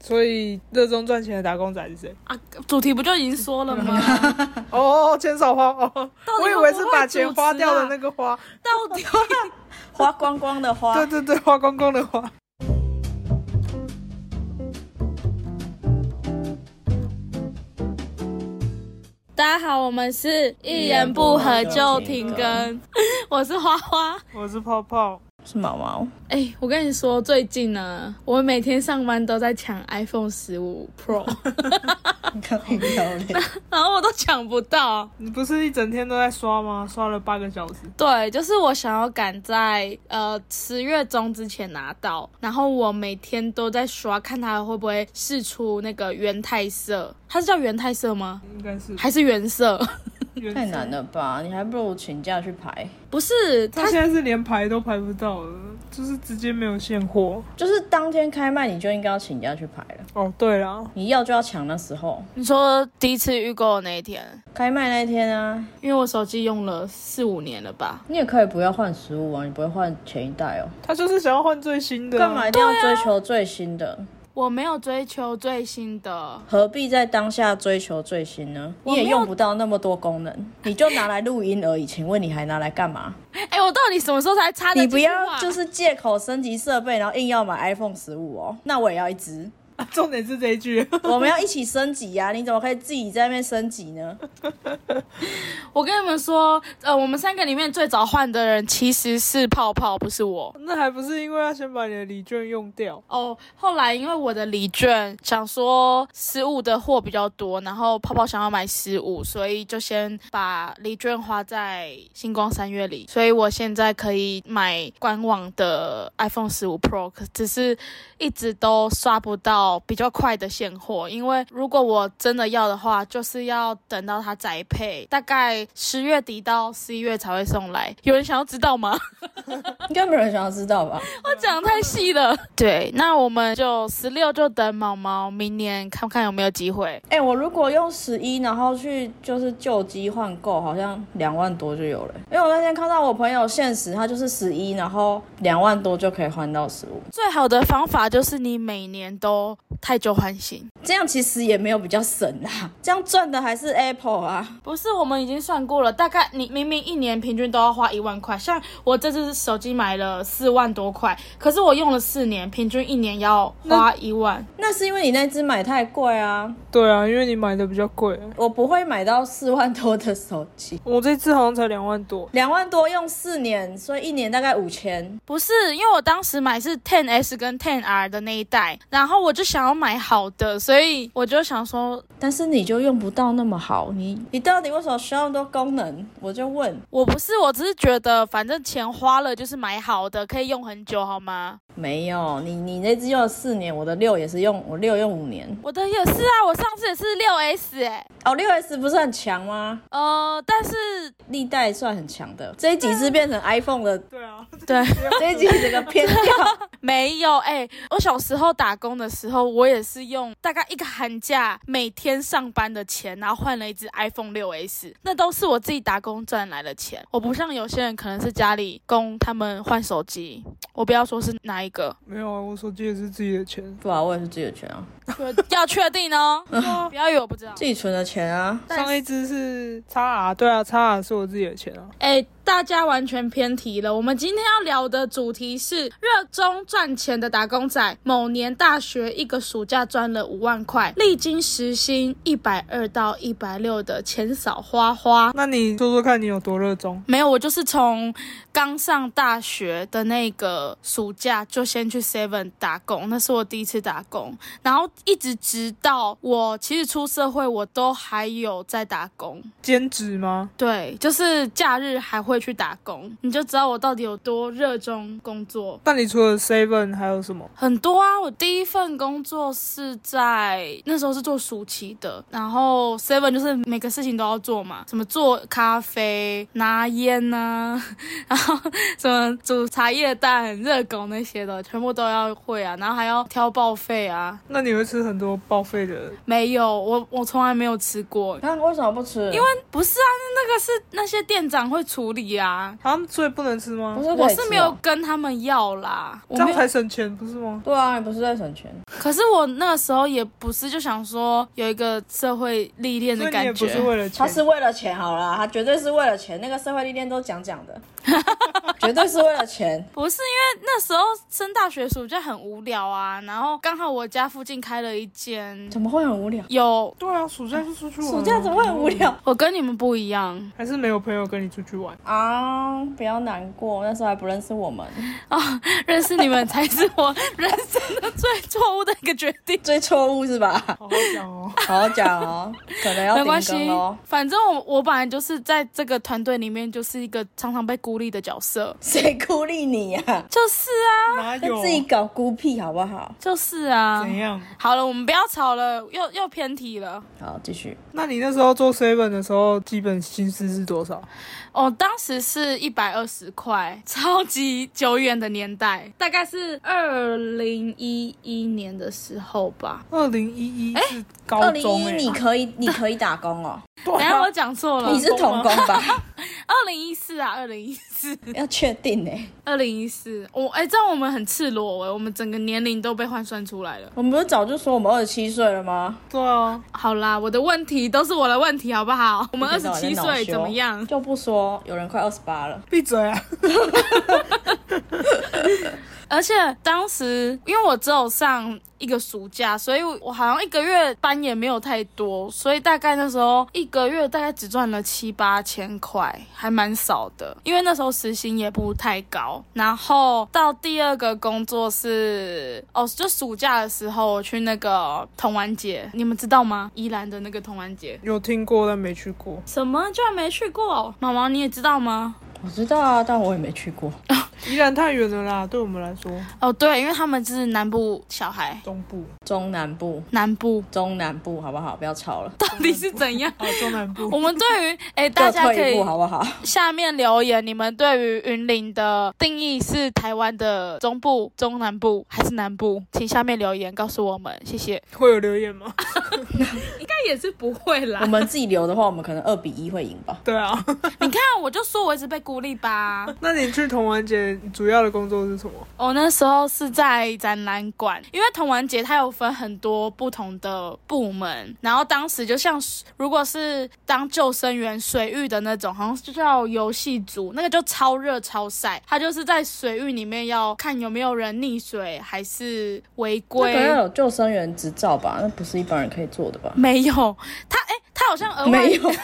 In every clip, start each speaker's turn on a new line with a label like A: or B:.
A: 所以热衷赚钱的打工仔是谁？
B: 啊，主题不就已经说了 吗？
A: 哦，钱少花哦，
B: 底
A: 我以
B: 会不
A: 为是
B: 会
A: 把
B: 主
A: 钱
B: 持
A: 花掉的
B: 啊
A: 那个花。
B: 到底
C: 花光光的花
A: 对，对对，花公公的花。
B: 大家好，我们是一言不合就停更，我是花花。
A: 我是泡泡，
C: 是毛毛。
B: 哎、我跟你说，最近呢，我每天上班都在抢 iPhone 十五 Pro，
C: 你看我聊嘞，
B: 然后我都抢不到。
A: 你不是一整天都在刷吗？刷了八个小时。
B: 对，就是我想要赶在呃十月中之前拿到，然后我每天都在刷，看它会不会试出那个原太色，它是叫原太色吗？
A: 应该是
B: 还是原色？
C: 太难。了吧？你还不如请假去排。
B: 不是，它
A: 他现在是连排都排不到了，就是直接没有现货。
C: 就是当天开卖，你就应该要请假去排了。
A: 哦，对了，
C: 你要就要抢那时候
B: 你说第一次预购的那一天，
C: 开卖那一天啊，
B: 因为我手机用了四五年了吧，
C: 你也可以不要换十五啊，你不会换前一代哦。
A: 他就是想要换最新的、啊
C: 干嘛？一定要追求最新的？
B: 我没有追求最新的。
C: 何必在当下追求最新呢？你也用不到那么多功能，你就拿来录音而已。请问你还拿来干嘛？
B: 哎、我到底什么时候才插的、
C: 你不
B: 啊
C: 要就。是借口升级设备，然后硬要买 iPhone 十五哦。那我也要一只，
A: 重点是这一句，
C: 我们要一起升级呀、你怎么可以自己在那边升级呢？
B: 我跟你们说，呃，我们三个里面最早换的人其实是泡泡，不是我。
A: 那还不是因为要先把你的礼券用掉？
B: 哦，后来因为我的礼券想说十五的货比较多，然后泡泡想要买十五，所以就先把礼券花在星光三月里，所以我现在可以买官网的 iPhone 十五 Pro，可只是一直都刷不到比较快的现货，因为如果我真的要的话，就是要等到它宅配，大概十月底到十一月才会送来。有人想要知道吗？
C: 应该没有人想要知道吧？
B: 讲太细了。对，那我们就十六就等毛毛明年看看有没有机会。
C: 哎、我如果用十一，然后去就是旧机换购，好像两万多就有了、因为我那天看到我朋友现实，他就是十一，然后两万多就可以换到十五，
B: 最好的方法就是你每年都太旧换新。
C: 这样其实也没有比较省啊，这样赚的还是 Apple 啊。
B: 不是，我们已经算过了，大概你明明一年平均都要花一万块，像我这只手机买了四万多块，可是我用了四年，平均一年要花一万。
C: 那是因为你那只买太贵啊，
A: 对啊，因为你买的比较贵。
C: 我不会买到四万多的手机。
A: 我这次好像才两万多，
C: 两万多用四年，所以一年大概五千。
B: 不是，因为我当时买是 Ten S 跟 Ten R 的那一代，然后我就想要买好的，所以我就想说
C: 但是你就用不到那么好，你你到底为什么需要那么多功能？我就问，
B: 我不是，我只是觉得反正钱花了就是买好的，可以用很久，好吗？
C: 没有你你那只用了四年，我的六也是用我六用五年。
B: 我的也是啊，我上次也是六 S 哎、
C: 哦，六 S 不是很强吗？
B: 呃，但是
C: 历代算很强的，这一集是变成 iPhone 的，
A: 对啊，
B: 对，
C: 这一集整个偏掉。
B: 没有哎、我小时候打工的时候，我也是用大概一个寒假每天上班的钱，然后换了一只 iPhone 六 S，那都是我自己打工赚来的钱。我不像有些人可能是家里供他们换手机，我不要说是哪一个，
A: 没有啊，我手机也是自己的钱。
C: 不啊，我也是自己的钱啊，
B: 确要确定哦，不要以为我不知道。
C: 自己存的钱啊。
B: 但
A: 上一只是叉 R，对啊，叉 R 是我自己的钱啊。
B: 哎、大家完全偏题了。我们今天要聊的主题是热衷赚钱的打工仔，某年大学一个暑假赚了五万块，历经时薪一百二到一百六的钱少花花。
A: 那你说说看你有多热衷？
B: 没有，我就是从刚上大学的那个暑假就先去 Seven 打工，那是我第一次打工，然后一直直到我其实出社会，我都还有在打工。
A: 兼职吗？
B: 对，就是假日还会去打工，你就知道我到底有多热衷工作。
A: 那你除了 Seven 还有什么？
B: 很多啊，我第一份工作是在那时候是做暑期的，然后 Seven 就是每个事情都要做嘛，什么做咖啡、拿烟呐、然后 什么煮茶叶蛋、热狗那些的，全部都要会啊，然后还要挑报废啊。
A: 那你会吃很多报废的
B: 没有，我我从来没有吃过，
C: 那、啊为什么不吃？因为
B: 不是啊，那个是那些店长会处理啊。
A: 啊？所以不能吃吗
C: 不？是可以
B: 我
C: 吃
B: 是没有
C: 哦。
B: 跟他们要啦，我
A: 这
B: 没
A: 样
B: 有
A: 才省钱不是吗？
C: 对啊，你不是在省钱？
B: 可是我那个时候也不是就想说有一个社会历练
A: 所
B: 的
A: 以你也
B: 感
A: 不
B: 觉
A: 是，为了
C: 他
A: 钱，
C: 是为了钱好啦，他绝对是为了钱。那个社会历练都讲讲 的，绝对是为了钱。
B: 不是因为那时候升大学暑假很无聊啊，然后刚好我家附近开了一间
C: 怎么会很无聊？
B: 有。
A: 对啊，暑假就出去玩，
C: 暑假怎么会很无？聊
B: 我跟你们不一样
A: 还是没有朋友跟你出去 玩？
C: 啊？不要难过，那时候还不认识我们，
B: 啊、认识你们才是我人生的最错误的一个决定。
C: 最错误 是吧？
A: 好好讲哦。
C: 好好讲哦，可能 要
B: 没关
C: 停
B: 系
C: 更喽。，
B: 反正我我本来就是在这个团队里面就是一个常常被孤立的角色，
C: 谁孤立你呀、啊？
B: 就是啊，
A: 哪有？
C: 自己搞孤僻好不好？
B: 就是啊。
A: 怎样？
B: 好了，我们不要吵了，又又偏题了。
C: 好，继续。
A: 那你那时候做 seven 的时候，基本薪资是多少？
B: 哦，当时是一百二十块，超级久远的年代，大概是二零一一年的时候吧。
A: 二零一一是
C: 哎二
A: 高
C: 零
A: 中
C: 一，
B: 欸
A: 哎、
C: 你可以，你可以打工 哦。
A: 对
B: 等一下
A: 啊
B: 我，讲错了，
C: 你是童工吧？
B: 啊二零一四啊，二零一四，
C: 要确定呢、欸
B: 二零一四。我哎，这样我们很赤裸哎、我们整个年龄都被换算出来了。
C: 我们不是早就说我们二十七岁了吗？
A: 对啊，
B: 好啦，我的问题都是我的问题，好不好？我们二
C: 一天
B: 十
C: 到晚在
B: 七
C: 恼
B: 岁
C: 羞
B: 怎么样？
C: 就不说，有人快二十八了。
A: 闭嘴啊！
B: 而且当时因为我只有上一个暑假，所以我好像一个月班也没有太多，所以大概那时候一个月大概只赚了七八千块，还蛮少的。因为那时候时薪也不太高。然后到第二个工作是哦，就暑假的时候我去那个童玩节，你们知道吗？宜兰的那个童玩节。
A: 有听过但没去过，
B: 什么居然没去过？毛毛你也知道吗？
C: 我知道啊，但我也没去过。
A: 宜兰太远了啦，对我们来说，
B: 哦，对，因为他们是南部小孩，
A: 中部
C: 中南部，
B: 南部
C: 中南部好不好？不要吵了，
B: 到底是怎样？
A: 啊，中南 部
B: 我们对于哎，大
C: 各
B: 家可
C: 退一
B: 以
C: 步好不好？
B: 下面留言，你们对于云林的定义是台湾的中部、中南部还是南部？请下面留言告诉我们，谢谢。
A: 会有留言吗？
B: 应该也是不会啦
C: 我们自己留的话，我们可能二比一会赢吧。
A: 对啊，
B: 你看，我就说我一直被孤立吧。
A: 那你去童玩节主要的工作是什么？
B: 我那时候是在展览馆，因为童玩节它有分很多不同的部门，然后当时就像是如果是当救生员水域的那种，好像就叫游戏组，那个就超热超晒，它就是在水域里面要看有没有人溺水还是违
C: 那
B: 规
C: 可，能要有救生员执照吧？那不是一般人可以做的吧？
B: 没有，它哎、它好像额外
C: 没有，啊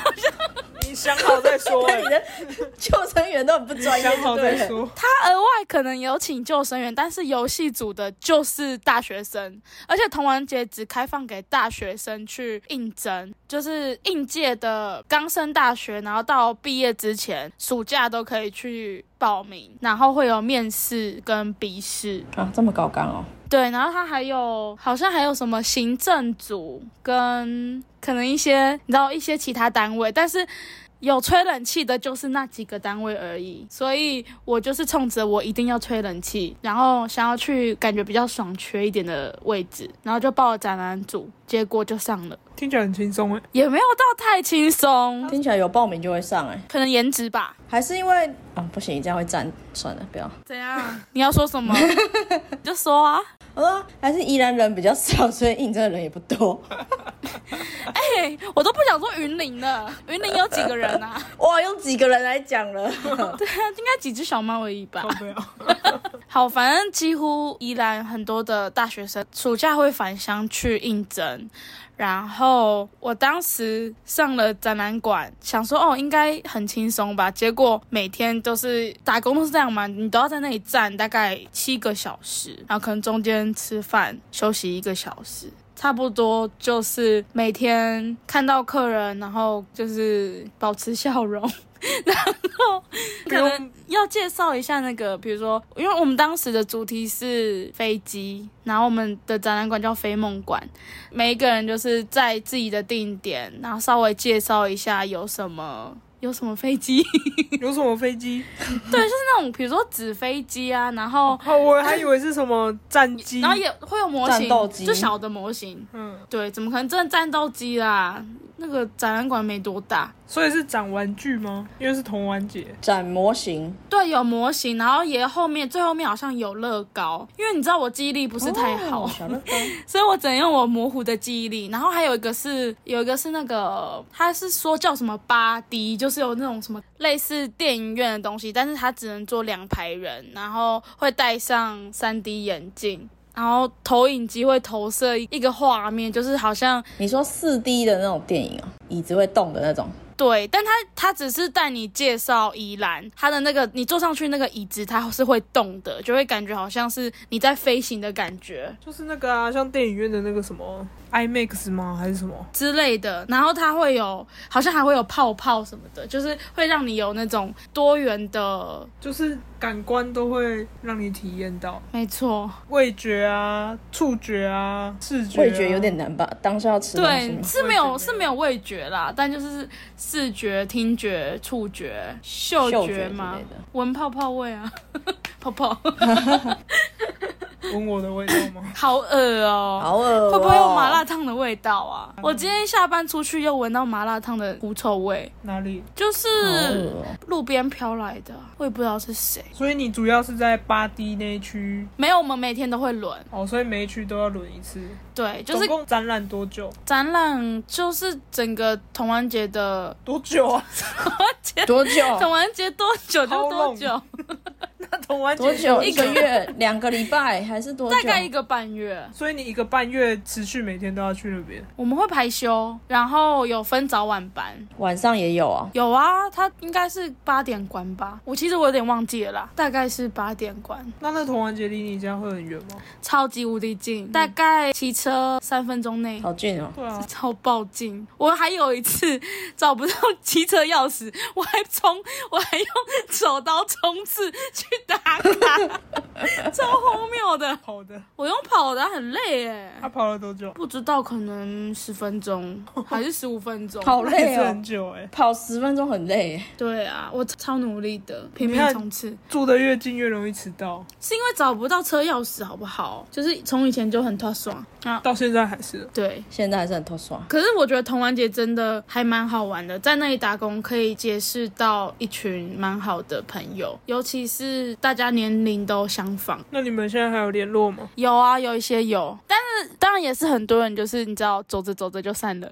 A: 你想好再说、欸
C: 那你的 救生员都很不专业
A: 想好
C: 就对
A: 再
C: 了。
A: 说。
B: 他额外可能有请救生员，但是游戏组的就是大学生，而且童玩节只开放给大学生去应征，就是应届的刚升大学，然后到毕业之前，暑假都可以去报名，然后会有面试跟笔试。
C: 啊，这么高干哦！
B: 对，然后他还有好像还有什么行政组跟可能一些你知道一些其他单位，但是有吹冷气的就是那几个单位而已。所以我就是冲着我一定要吹冷气，然后想要去感觉比较爽缺一点的位置，然后就报了展览组，结果就上了，
A: 听起来很轻 松哎，
B: 也没有到太轻松，
C: 听起来有报名就会上哎、
B: 可能颜值吧。
C: 还是因为啊不行，这样会占，算了，不要。
B: 怎样？ 你要说什么？你就说啊。
C: 我说还是宜兰人比较少，所以应征的人也不多。
B: 哎、我都不想说云林了，云林有几个人啊？
C: 哇，用几个人来讲了？
B: 对啊，应该几只小猫而已吧
A: 好。不要。
B: 好，反正几乎宜兰很多的大学生暑假会返乡去应征，然后我当时上了展览馆，想说哦应该很轻松吧，结果每天都是打工都是这样嘛，你都要在那里站大概七个小时，然后可能中间吃饭休息一个小时。差不多就是每天看到客人，然后就是保持笑容， 可能要介绍一下那个，比如说，因为我们当时的主题是飞机，然后我们的展览馆叫飞梦馆，每一个人就是在自己的定点，然后稍微介绍一下有什么。有什么飞 机？
A: 有什么飞机？
B: 那种比如说纸飞机啊，然后
A: 哦，我还以为是什么战
B: 嗯
A: 机。
B: 然后也会有模型
C: 战斗，机
B: 就小的模型。
A: 嗯，
B: 对，怎么可能真的战斗机啦？那个展览馆没多大，
A: 所以是长玩具吗？因为是童玩节，
C: 展模型，
B: 对，有模型，然后也后面最后面好像有乐高，因为你知道我记忆力不是太好，
C: 哦小乐高，
B: 所以我只能用我模糊的记忆力。然后还有一个是有一个是那个，他是说叫什么八 D，就是有那种什么类似电影院的东西，但是他只能坐两排人，然后会戴上三 D 眼镜。然后投影机会投射一个画面，就是好像
C: 你说四 D 的那种电影哦，椅子会动的那种，
B: 对，但他他只是带你介绍宜兰，他的那个你坐上去那个椅子，它是会动的，就会感觉好像是你在飞行的感觉
A: 就是那个啊，像电影院的那个什么 IMAX 吗？还是什么？
B: 之类的。然后它会有，好像还会有泡泡什么的，就是会让你有那种多元的，
A: 就是感官都会让你体验到
B: 没错，
A: 味觉啊、触觉啊、视觉、啊。
C: 味觉有点难吧？当下要吃东西
B: 对，
C: 吗？
B: 是没有是没有味觉啦，但就是视觉、听觉、触觉、嗅
C: 嗅
B: 觉
C: 之
B: 吗
C: 类？的，
B: 闻泡泡味啊， 泡泡，
A: 闻我的味道 吗？
B: 好恶哦、
C: 好恶哦
B: 会不会有麻辣？烫的味道啊？我今天下班出去又闻到麻辣烫的狐臭味，
A: 哪里？
B: 就
C: 好恶
B: 是
C: 哦
B: 路边飘来的，我也不知道是谁。
A: 所以你主要是在八 D 那一区
B: 没有，我们每天都会轮，
A: 哦，所以每一区都要轮一次。
B: 对，就是
A: 总共展览多久？
B: 展览，就是整个童玩节的
A: 多久啊？
C: 多 久？
B: 童玩节多久就多
A: 好
B: 久，
A: 那童玩节
C: 多久？
A: 一
C: 一
A: 个
C: 个
A: 月？
C: 月、两个礼拜还是多久？
B: 大概一个半月，
A: 所以你一个半月持续每天都要去那边，
B: 我们会排休，然后有分早晚班。
C: 晚上也有啊。
B: 有啊，他应该是八点关吧，我其实我有点忘记了啦，大概是八点关。
A: 那那童玩节离你家会很远吗？
B: 超级无敌近，大概骑车三分钟内。
C: 好近哦！
A: 对啊，
B: 超爆近！我还有一次 找不到骑车钥匙，我还冲，我还用手刀冲刺去打卡，超荒谬的。
A: 跑的。
B: 我用跑的很累哎，
A: 他跑了多久？
B: 不知道可能十分钟还是十五分钟。
C: 好
A: 那也
C: 累
A: 是很
C: 哦，
A: 久哎、欸，
C: 跑十分钟很累耶。
B: 对啊，我超努力的，拼命冲刺，
A: 住的越近越容易迟到，
B: 是因为找不到车钥匙好不好？就是从以前就很特爽啊，
A: 到现在还是。
B: 对。
C: 现在还是很头爽。
B: 可是我觉得童玩节真的还蛮好玩的，在那里打工可以结识到一群蛮好的朋友，尤其是大家年龄都相仿。
A: 那你们现在还有联络吗？
B: 有啊，有一些有，但是当然也是很多人，就是你知道，走着走着就散 了。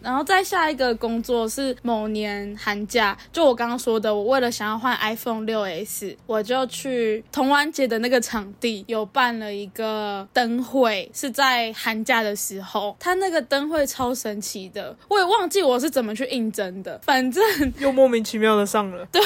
B: 然后再下一个工作是某年寒假，就我刚刚说的，我为了想要换 iPhone 六 S，我就去童玩节的那个场地有办了一个灯会，是在寒假的时候，它那个灯会超神奇的，我也忘记我是怎么去应征的，反正
A: 又莫名其妙的上了，
B: 对，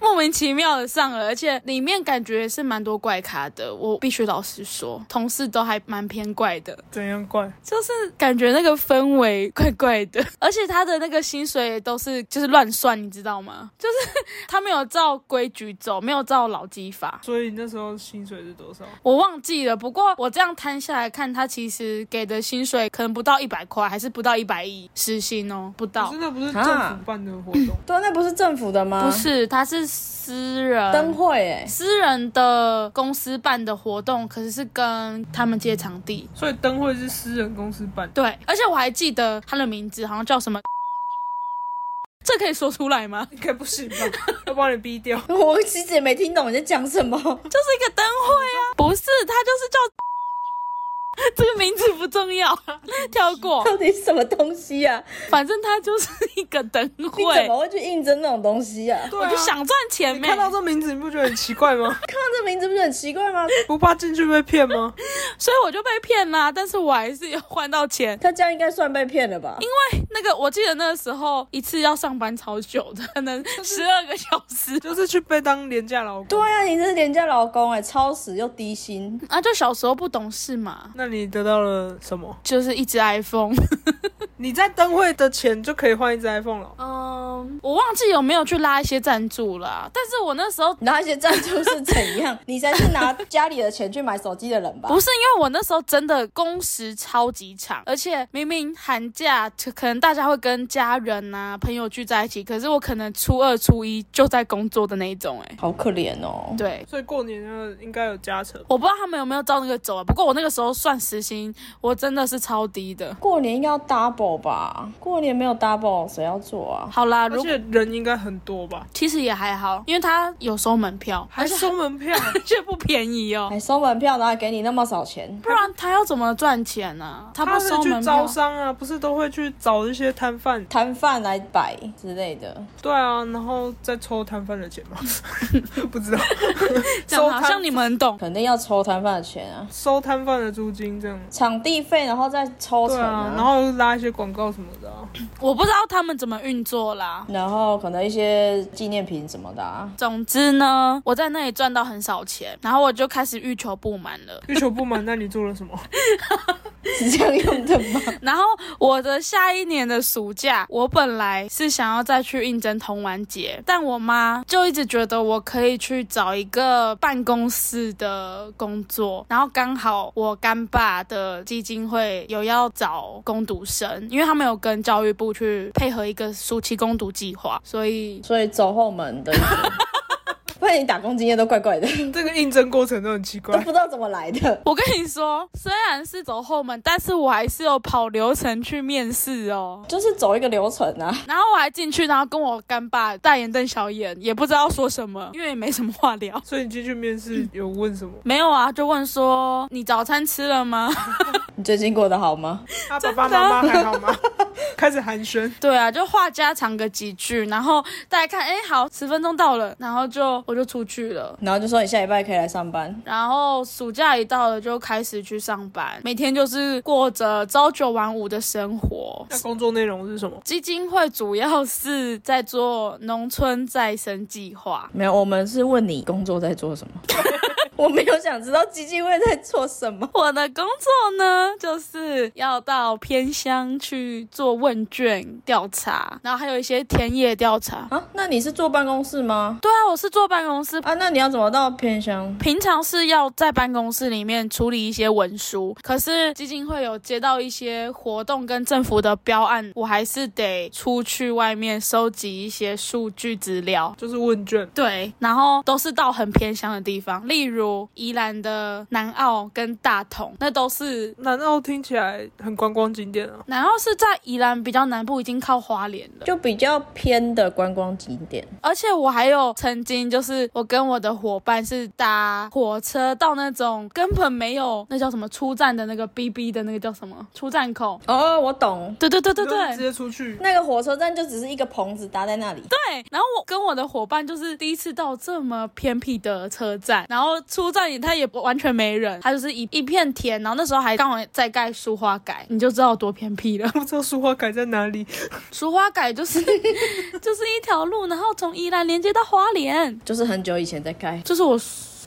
B: 莫名其妙的上了，而且里面感觉是蛮多怪咖的。我必须老实说，同事都还蛮偏怪的，
A: 怎样怪？
B: 就是感觉那个氛围怪怪的， 而且他的那个薪水也都是就是乱算，你知道吗？就是他没有照规矩走，没有照劳基法。
A: 所以那时候薪水是多少？
B: 我忘记了，不过我这样摊下来看，他其实给的薪水可能不到一百块，还是不到一百一时薪哦，不到
A: 可是。那不是政
C: 啊
A: 府办的活动，
C: 对啊，那不是政府的吗？
B: 不是，他是私人
C: 灯会哎，
B: 私人的公司办的活动，可是是跟他们借场地。
A: 所以灯会是私人公司办的。
B: 对，而且我还记得他的名字，好像叫什么。 这可以说出来吗？
A: 应该不行吧？要把你逼掉。
C: 我其实也没听懂你在讲什么。
B: 就是一个灯会啊，不是，他就是叫 这个名字不重要，啊 跳过。
C: 到底是什么东西啊？
B: 反正他就是一个灯
C: 你怎
B: 会，
C: 么会去应征那种东西啊？
A: 对
B: 我
A: 啊
B: 就想赚钱
A: 你
B: 没
A: 看。到这名字，你不觉得很奇怪吗？
C: 看这名字不是很奇怪吗？
A: 不怕进去被骗吗？
B: 所以我就被骗啦、但是我还是有换到钱。
C: 他这样应该算被骗了吧？
B: 那个我记得那个时候一次要上班超久的，可能十二个小时
A: 就是去被当廉价劳工。
C: 对啊，你是廉价劳工哎、超时又低薪，
B: 啊，就小时候不懂事嘛，
A: 那你得到了什么？
B: 就是一只 iPhone，
A: 你在灯会的前就可以换一只 iPhone 了。
B: 嗯，我忘记有没有去拉一些赞助了啊，但是我那时候
C: 然后一些赞助是怎 样？你才是拿家里的钱去买手机的人吧？
B: 不是因为我那时候真的工时超级长，而且明明寒假可能大家会跟家人啊朋友聚在一起，可是我可能初二初一就在工作的那一种、欸，哎，
C: 好可怜哦。
B: 对。
A: 所以过年呢应该有加成，
B: 我不知道他们有没有照那个走啊，不过我那个时候算时薪，我真的是超低的。
C: 过年应该要 double 吧？过年没有 double 谁要做啊？
B: 好啦，
A: 而
B: 如
A: 且人应该很多吧？
B: 其实也还好，因为他有收门票，
A: 还收门票，
B: 而且不便宜哦。
C: 还哎收门票，然后还给你那么少钱？
B: 不然他要怎么赚钱呢、他 不
A: 他是
B: 收
A: 去
B: 门
A: 招
B: 票，
A: 商啊，不是都会去找一些摊贩？
C: 摊贩来摆之类的，
A: 对啊，然后再抽摊贩的钱吗？ 不知道，
B: 讲
A: 收
B: 得好像
A: 摊
B: 你们懂。
C: 肯定要抽摊贩的钱啊，
A: 收摊贩的租金这样。
C: 场地费，然后再抽成
A: 对啊，然后拉一些广告什么的、啊。
B: 我不知道他们怎么运作啦。
C: 然后可能一些纪念品什么的、啊，
B: 总之呢，我在那里赚到很少钱，然后我就开始欲求不满了。
A: 欲求不 满，那你做了什么？
C: 是这样用的吗？
B: 然后我的下一年的暑假，我本来是想要再去应征童玩节，但我妈就一直觉得我可以去找一个办公室的工作，然后刚好我干爸的基金会有要找工读生，因为他们有跟教育部去配合一个暑期工读计划，所以
C: 所以走后门的意思。 不然你打工经验都怪怪的，
A: 这个应征过程都很奇
C: 都
A: 怪
C: 不。知道怎么来的。
B: 我跟你说，虽然是走后门，但是我还是有跑流程去面试哦。
C: 就是走一个流程啊，
B: 然后我还进去，然后跟我干爸大眼瞪小眼，也不知道说什么，因为也没什么话聊。
A: 所以你进去面试有问什么？
B: 没有啊，就问说你早餐吃了吗？
C: 你最近过得好吗？
A: 他、爸爸妈妈还好吗？ 开始寒暄，
B: 对啊，就话家常个几句，然后大家看，哎，好，十分钟到了，然后就我就出去了。
C: 然后就说你下礼拜可以来上班，
B: 然后暑假一到了，就开始去上班，每天就是过着朝九晚五的生活。
A: 那工作内容是什么？
B: 基金会主要是在做农村再生计划，
C: 没有，我们是问你工作在做什 么。我没有想知道基金会在做什么。
B: 我的工作呢，就是要到偏乡去做问卷调查，然后还有一些田野调查。
C: 啊，那你是坐办公室吗？
B: 对啊，我是坐办公室。
C: 啊，那你要怎么到偏乡？
B: 平常是要在办公室里面处理一些文书，可是基金会有接到一些活动跟政府的标案，我还是得出去外面收集一些数据资料。
A: 就是问卷。
B: 对，然后都是到很偏乡的地方，例如宜兰的南澳跟大同，那都是
A: 南澳听起来很观光景点啊，
B: 然后是在宜兰比较南部，已经靠花莲了。
C: 就比较偏的观光景点。
B: 而且我还有曾经就是我跟我的伙伴是搭火车到那种根本没有那叫什么出站的那个 BB 的那个叫什么出站口。
C: 哦，我懂，
B: 对对对对
A: 就是直
B: 对。
A: 接出去。
C: 那个火车站就只是一个棚子搭在那里。
B: 对，然后我跟我的伙伴就是第一次到这么偏僻的车站，然后出站也他也不完全没人，他就是一一片田，然后那时候还刚好在盖苏花改，你就知道有多偏僻了。
A: 不知道书画改在哪里，
B: 苏花改就是 就是一条路，然后从宜兰连接到花莲，
C: 就是很久以前在盖，
B: 这是我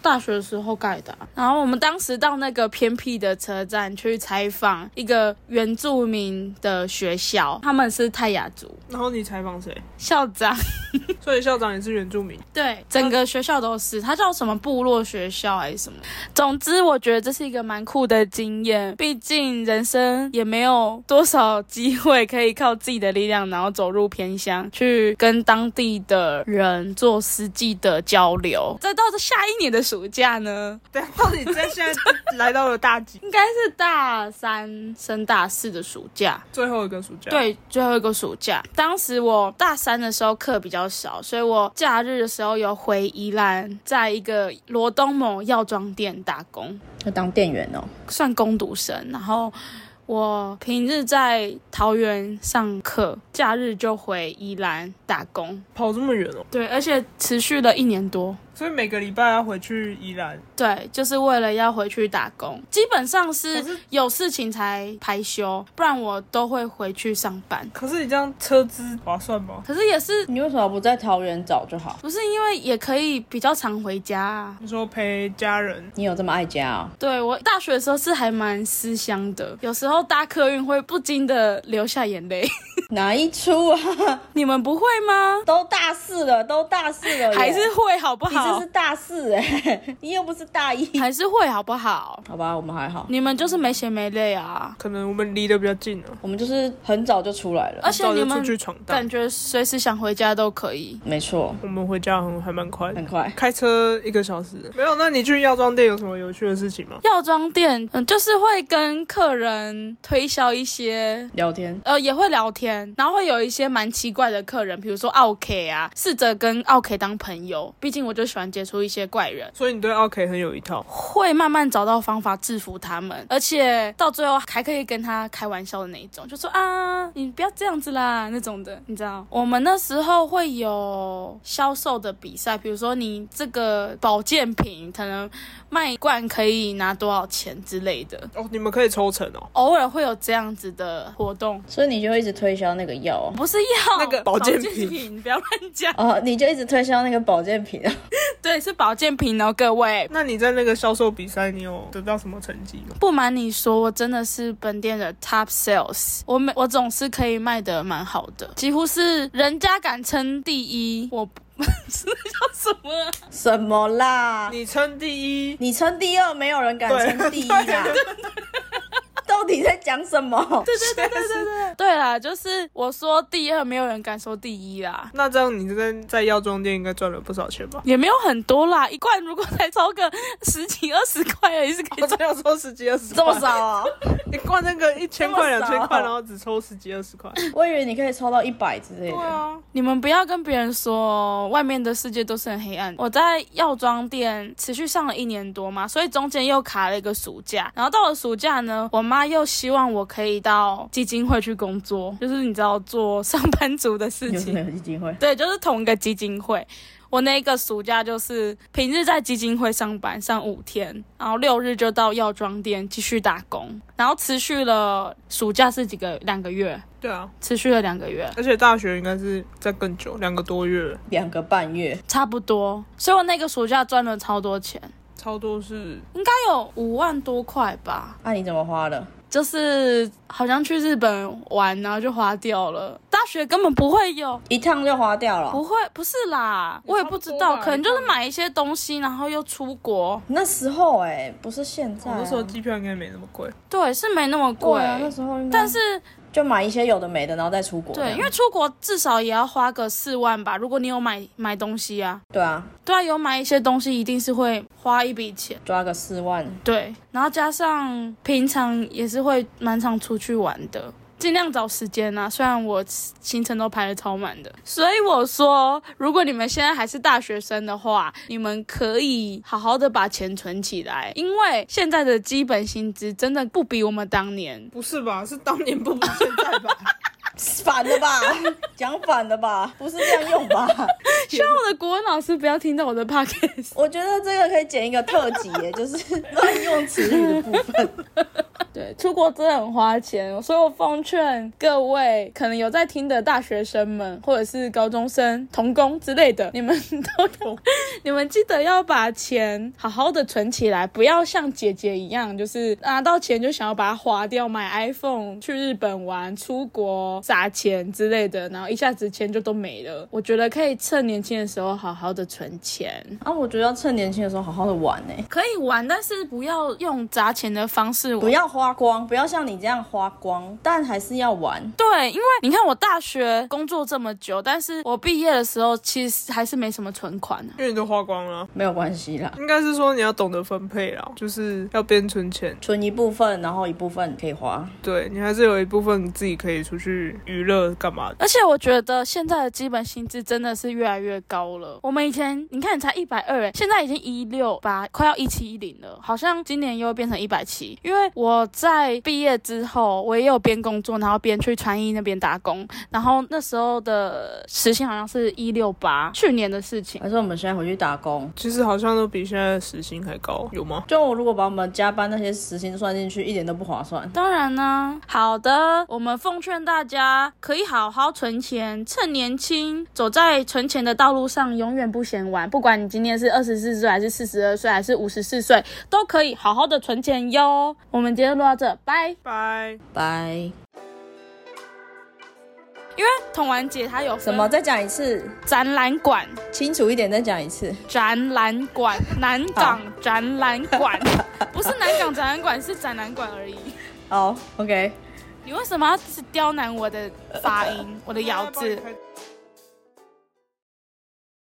B: 大学的时候盖的啊、然后我们当时到那个偏僻的车站去采访一个原住民的学校，他们是泰雅族
A: 然后你采访谁？
B: 校长，
A: 所以校长也是原住民，
B: 对，呃整个学校都是，他叫什么部落学校还是什么？总之，我觉得这是一个蛮酷的经验，毕竟人生也没有多少机会可以靠自己的力量，然后走入偏乡去跟当地的人做实际的交流。再到这下一年的暑假呢，
A: 对，到底在现在来到了大几？
B: 应该是大三升大四的暑假，
A: 最后一个暑假，，
B: 对，啊最后一个暑假。当时我大三的时候课比较少，所以我假日的时候有回宜兰，在一个罗东某药妆店打工，
C: 就当店员哦。
B: 算工读生。然后我平日在桃园上课，假日就回宜兰打工。
A: 跑这么远哦，
B: 对，而且持续了一年多。
A: 所以每个礼拜要回去宜兰。
B: 对，就是为了要回去打工，基本上是
A: 可是
B: 有事情才排休，不然我都会回去上班。
A: 可是你这样车资划算吗？
B: 可是也是
C: 你为什么不在桃园找就好？
B: 不是因为也可以比较常回家、啊？
A: 你说陪家人，
C: 你有这么爱家哦？
B: 对我大学的时候是还蛮思乡的，有时候搭客运会不禁的流下眼泪。
C: 哪一出啊？
B: 你们不会吗？
C: 都大四了，都大四了耶，
B: 还是会好不
C: 你这
B: 好
C: 是？大四哎、 你又不是大一。
B: 还是会好不好？
C: 好吧，我们还好，
B: 你们就是没血没泪啊，
A: 可能我们离得比较近了，
C: 我们就是很早就出来了
B: 而。且
A: 早
B: 你
A: 就出
B: 们
A: 去闯荡
B: 感。觉随时想回家都可以。
C: 没错，
A: 我们回家很还蛮快的，
C: 很快。
A: 开车一个小时。没有，那你去药妆店有什么有趣的事情吗？
B: 药妆店，嗯，就是会跟客人推销一些。
C: 聊天，
B: 呃，也会聊天，然后会有一些蛮奇怪的客人，比如说奥 K 啊，试着跟奥 K 当朋友，毕竟我就喜欢接触一些怪人，
A: 所以你对 OK 很有一套。
B: 会慢慢找到方法制服他们，而且到最后还可以跟他开玩笑的那一种，就说啊，你不要这样子啦那种的，你知道？我们那时候会有销售的比赛，比如说你这个保健品可能卖一罐可以拿多少钱之类的，
A: 哦，你们可以抽成哦。
B: 偶尔会有这样子的活动，
C: 所以你就一直推销那个药哦。
B: 不是药
A: 那个保健品
B: 品，不要乱讲，
C: 哦，你就一直推销那个保健品 啊？
B: 对，是保健品哦，各位。
A: 那你在那个销售比赛，你有得到什么成绩吗？
B: 不瞒你说，我真的是本店的 top sales，我每我总是可以卖得蛮好的，几乎是人家敢称第一，我这叫什么啊、
C: 什么啦？
A: 你称第一，
C: 你称第二，没有人敢
A: 对
C: 称第一啦。 到底在讲什么？
B: 对对对对对对，对啦，就是我说第二，没有人敢说第一啦。
A: 那这样你在在药妆店应该赚了不少钱吧？
B: 也没有很多啦，一罐如果才超个十几二十块而已，是可以
A: 我
B: 赚
A: 只有抽十几二十，
C: 这么？少 啊、
A: 你逛那个一千块、两
C: 这么少
A: 千块，然后只抽十几二十块。
C: 我以为你可以抽到一百之类
A: 对
C: 的。
A: 啊，
B: 你们不要跟别人说外面的世界都是很黑暗。我在药妆店持续上了一年多嘛，所以中间又卡了一个暑假。然后到了暑假呢，我妈又希望我可以到基金会去工作，就是你知道做上班族的事
A: 啊
C: 有什么
B: 情。
C: 有基金会？
B: 对，就是同一个基金会。我那一个暑假就是平日在基金会上班上五天，然后六日就到药妆店继续打工，然后持续了暑假是几个两个月，
A: 对啊，
B: 持续了两个月。
A: 而且大学应该是在更久，两个多月了，
C: 两个半月，
B: 差不多，所以我那个暑假赚了超多钱，
A: 超多是
B: 应该有五万多块吧。
C: 啊那、你怎么花的？
B: 就是好像去日本玩，然后就花掉了。大学根本不会有，
C: 一趟就花掉了。
A: 哦
B: 不会，不是啦，
A: 也
B: 我也不知
A: 差不多
B: 道，
A: 吧
B: 可能就是买一些东西，然后又出国。
C: 那时候哎、不是现在、
A: 我
C: 啊。
A: 哦那时候机票应该没那么贵。
B: 对，是没那么贵
C: 对，啊，那时候应该
B: 但是
C: 就买一些有的没的，然后再出国这样。
B: 对，因为出国至少也要花个四万吧，如果你有买买东西啊，
C: 对啊，
B: 对啊，有买一些东西一定是会花一笔钱。
C: 抓个四万，
B: 对，然后加上平常也是会蛮常出去玩的，尽量找时间啊。虽然我行程都排的超满的，所以我说，如果你们现在还是大学生的话，你们可以好好的把钱存起来，因为现在的基本薪资真的不比我们当年。
A: 不是吧？是当年不比现在吧？
C: 反了吧？ 讲反了吧？不是这样用吧？
B: 希望我的国文老师不要听到我的 podcast。
C: 我觉得这个可以剪一个特辑 耶，就是乱用词语的部分。
B: 对，出国真的很花钱，所以我奉劝各位可能有在听的大学生们，或者是高中生、童工之类的，你们都有， 你们记得要把钱好好的存起来，不要像姐姐一样，就是拿到钱就想要把它花掉，买 iPhone、去日本玩、出国撒钱之类的，然后一下子钱就都没了。我觉得可以趁年轻的时候好好的存钱。
C: 啊，我觉得要趁年轻的时候好好的玩哎，
B: 可以玩，但是不要用砸钱的方式玩
C: 不要花光，不要像你这样花光，但还是要玩。
B: 对，因为你看我大学工作这么久，但是我毕业的时候其实还是没什么存款、啊、
A: 因为你都花光了。
C: 没有关系啦，
A: 应该是说你要懂得分配啦，就是要边存钱，
C: 存一部分，然后一部分可以花。
A: 对你还是有一部分自己可以出去娱乐干嘛的。
B: 而且我觉得现在的基本薪资真的是越来越高了。我们以前你看才一百二，现在已经一六八，快要一七一零了，好像今年又会变成一百七。因为我在毕业之后，我也有边工作，然后边去川艺那边打工，然后那时候的时薪好像是一六八，去年的事情。
C: 还是我们现在回去打工？
A: 其实好像都比现在的时薪还高，有吗？
C: 就我如果把我们加班那些时薪算进去，一点都不划算。
B: 当然呢，好的，我们奉劝大家可以好好存钱，趁年轻，走在存钱的道路上，永远不嫌晚。不管你今年是二十四岁，还是四十二岁，还是五十四岁，都可以好好的存钱哟。我们今天就录到这，拜。
A: 拜。
C: 拜。
B: 因为童玩节它有
C: 什
B: 分
C: 么？再讲一次，
B: 展览馆、
C: 清楚一点，再讲一次。
B: 展览馆、南港展览馆，不是南港展览馆，是展览馆而已。
C: 好，OK。
B: 你为什么要是刁难我的发音，我的咬字？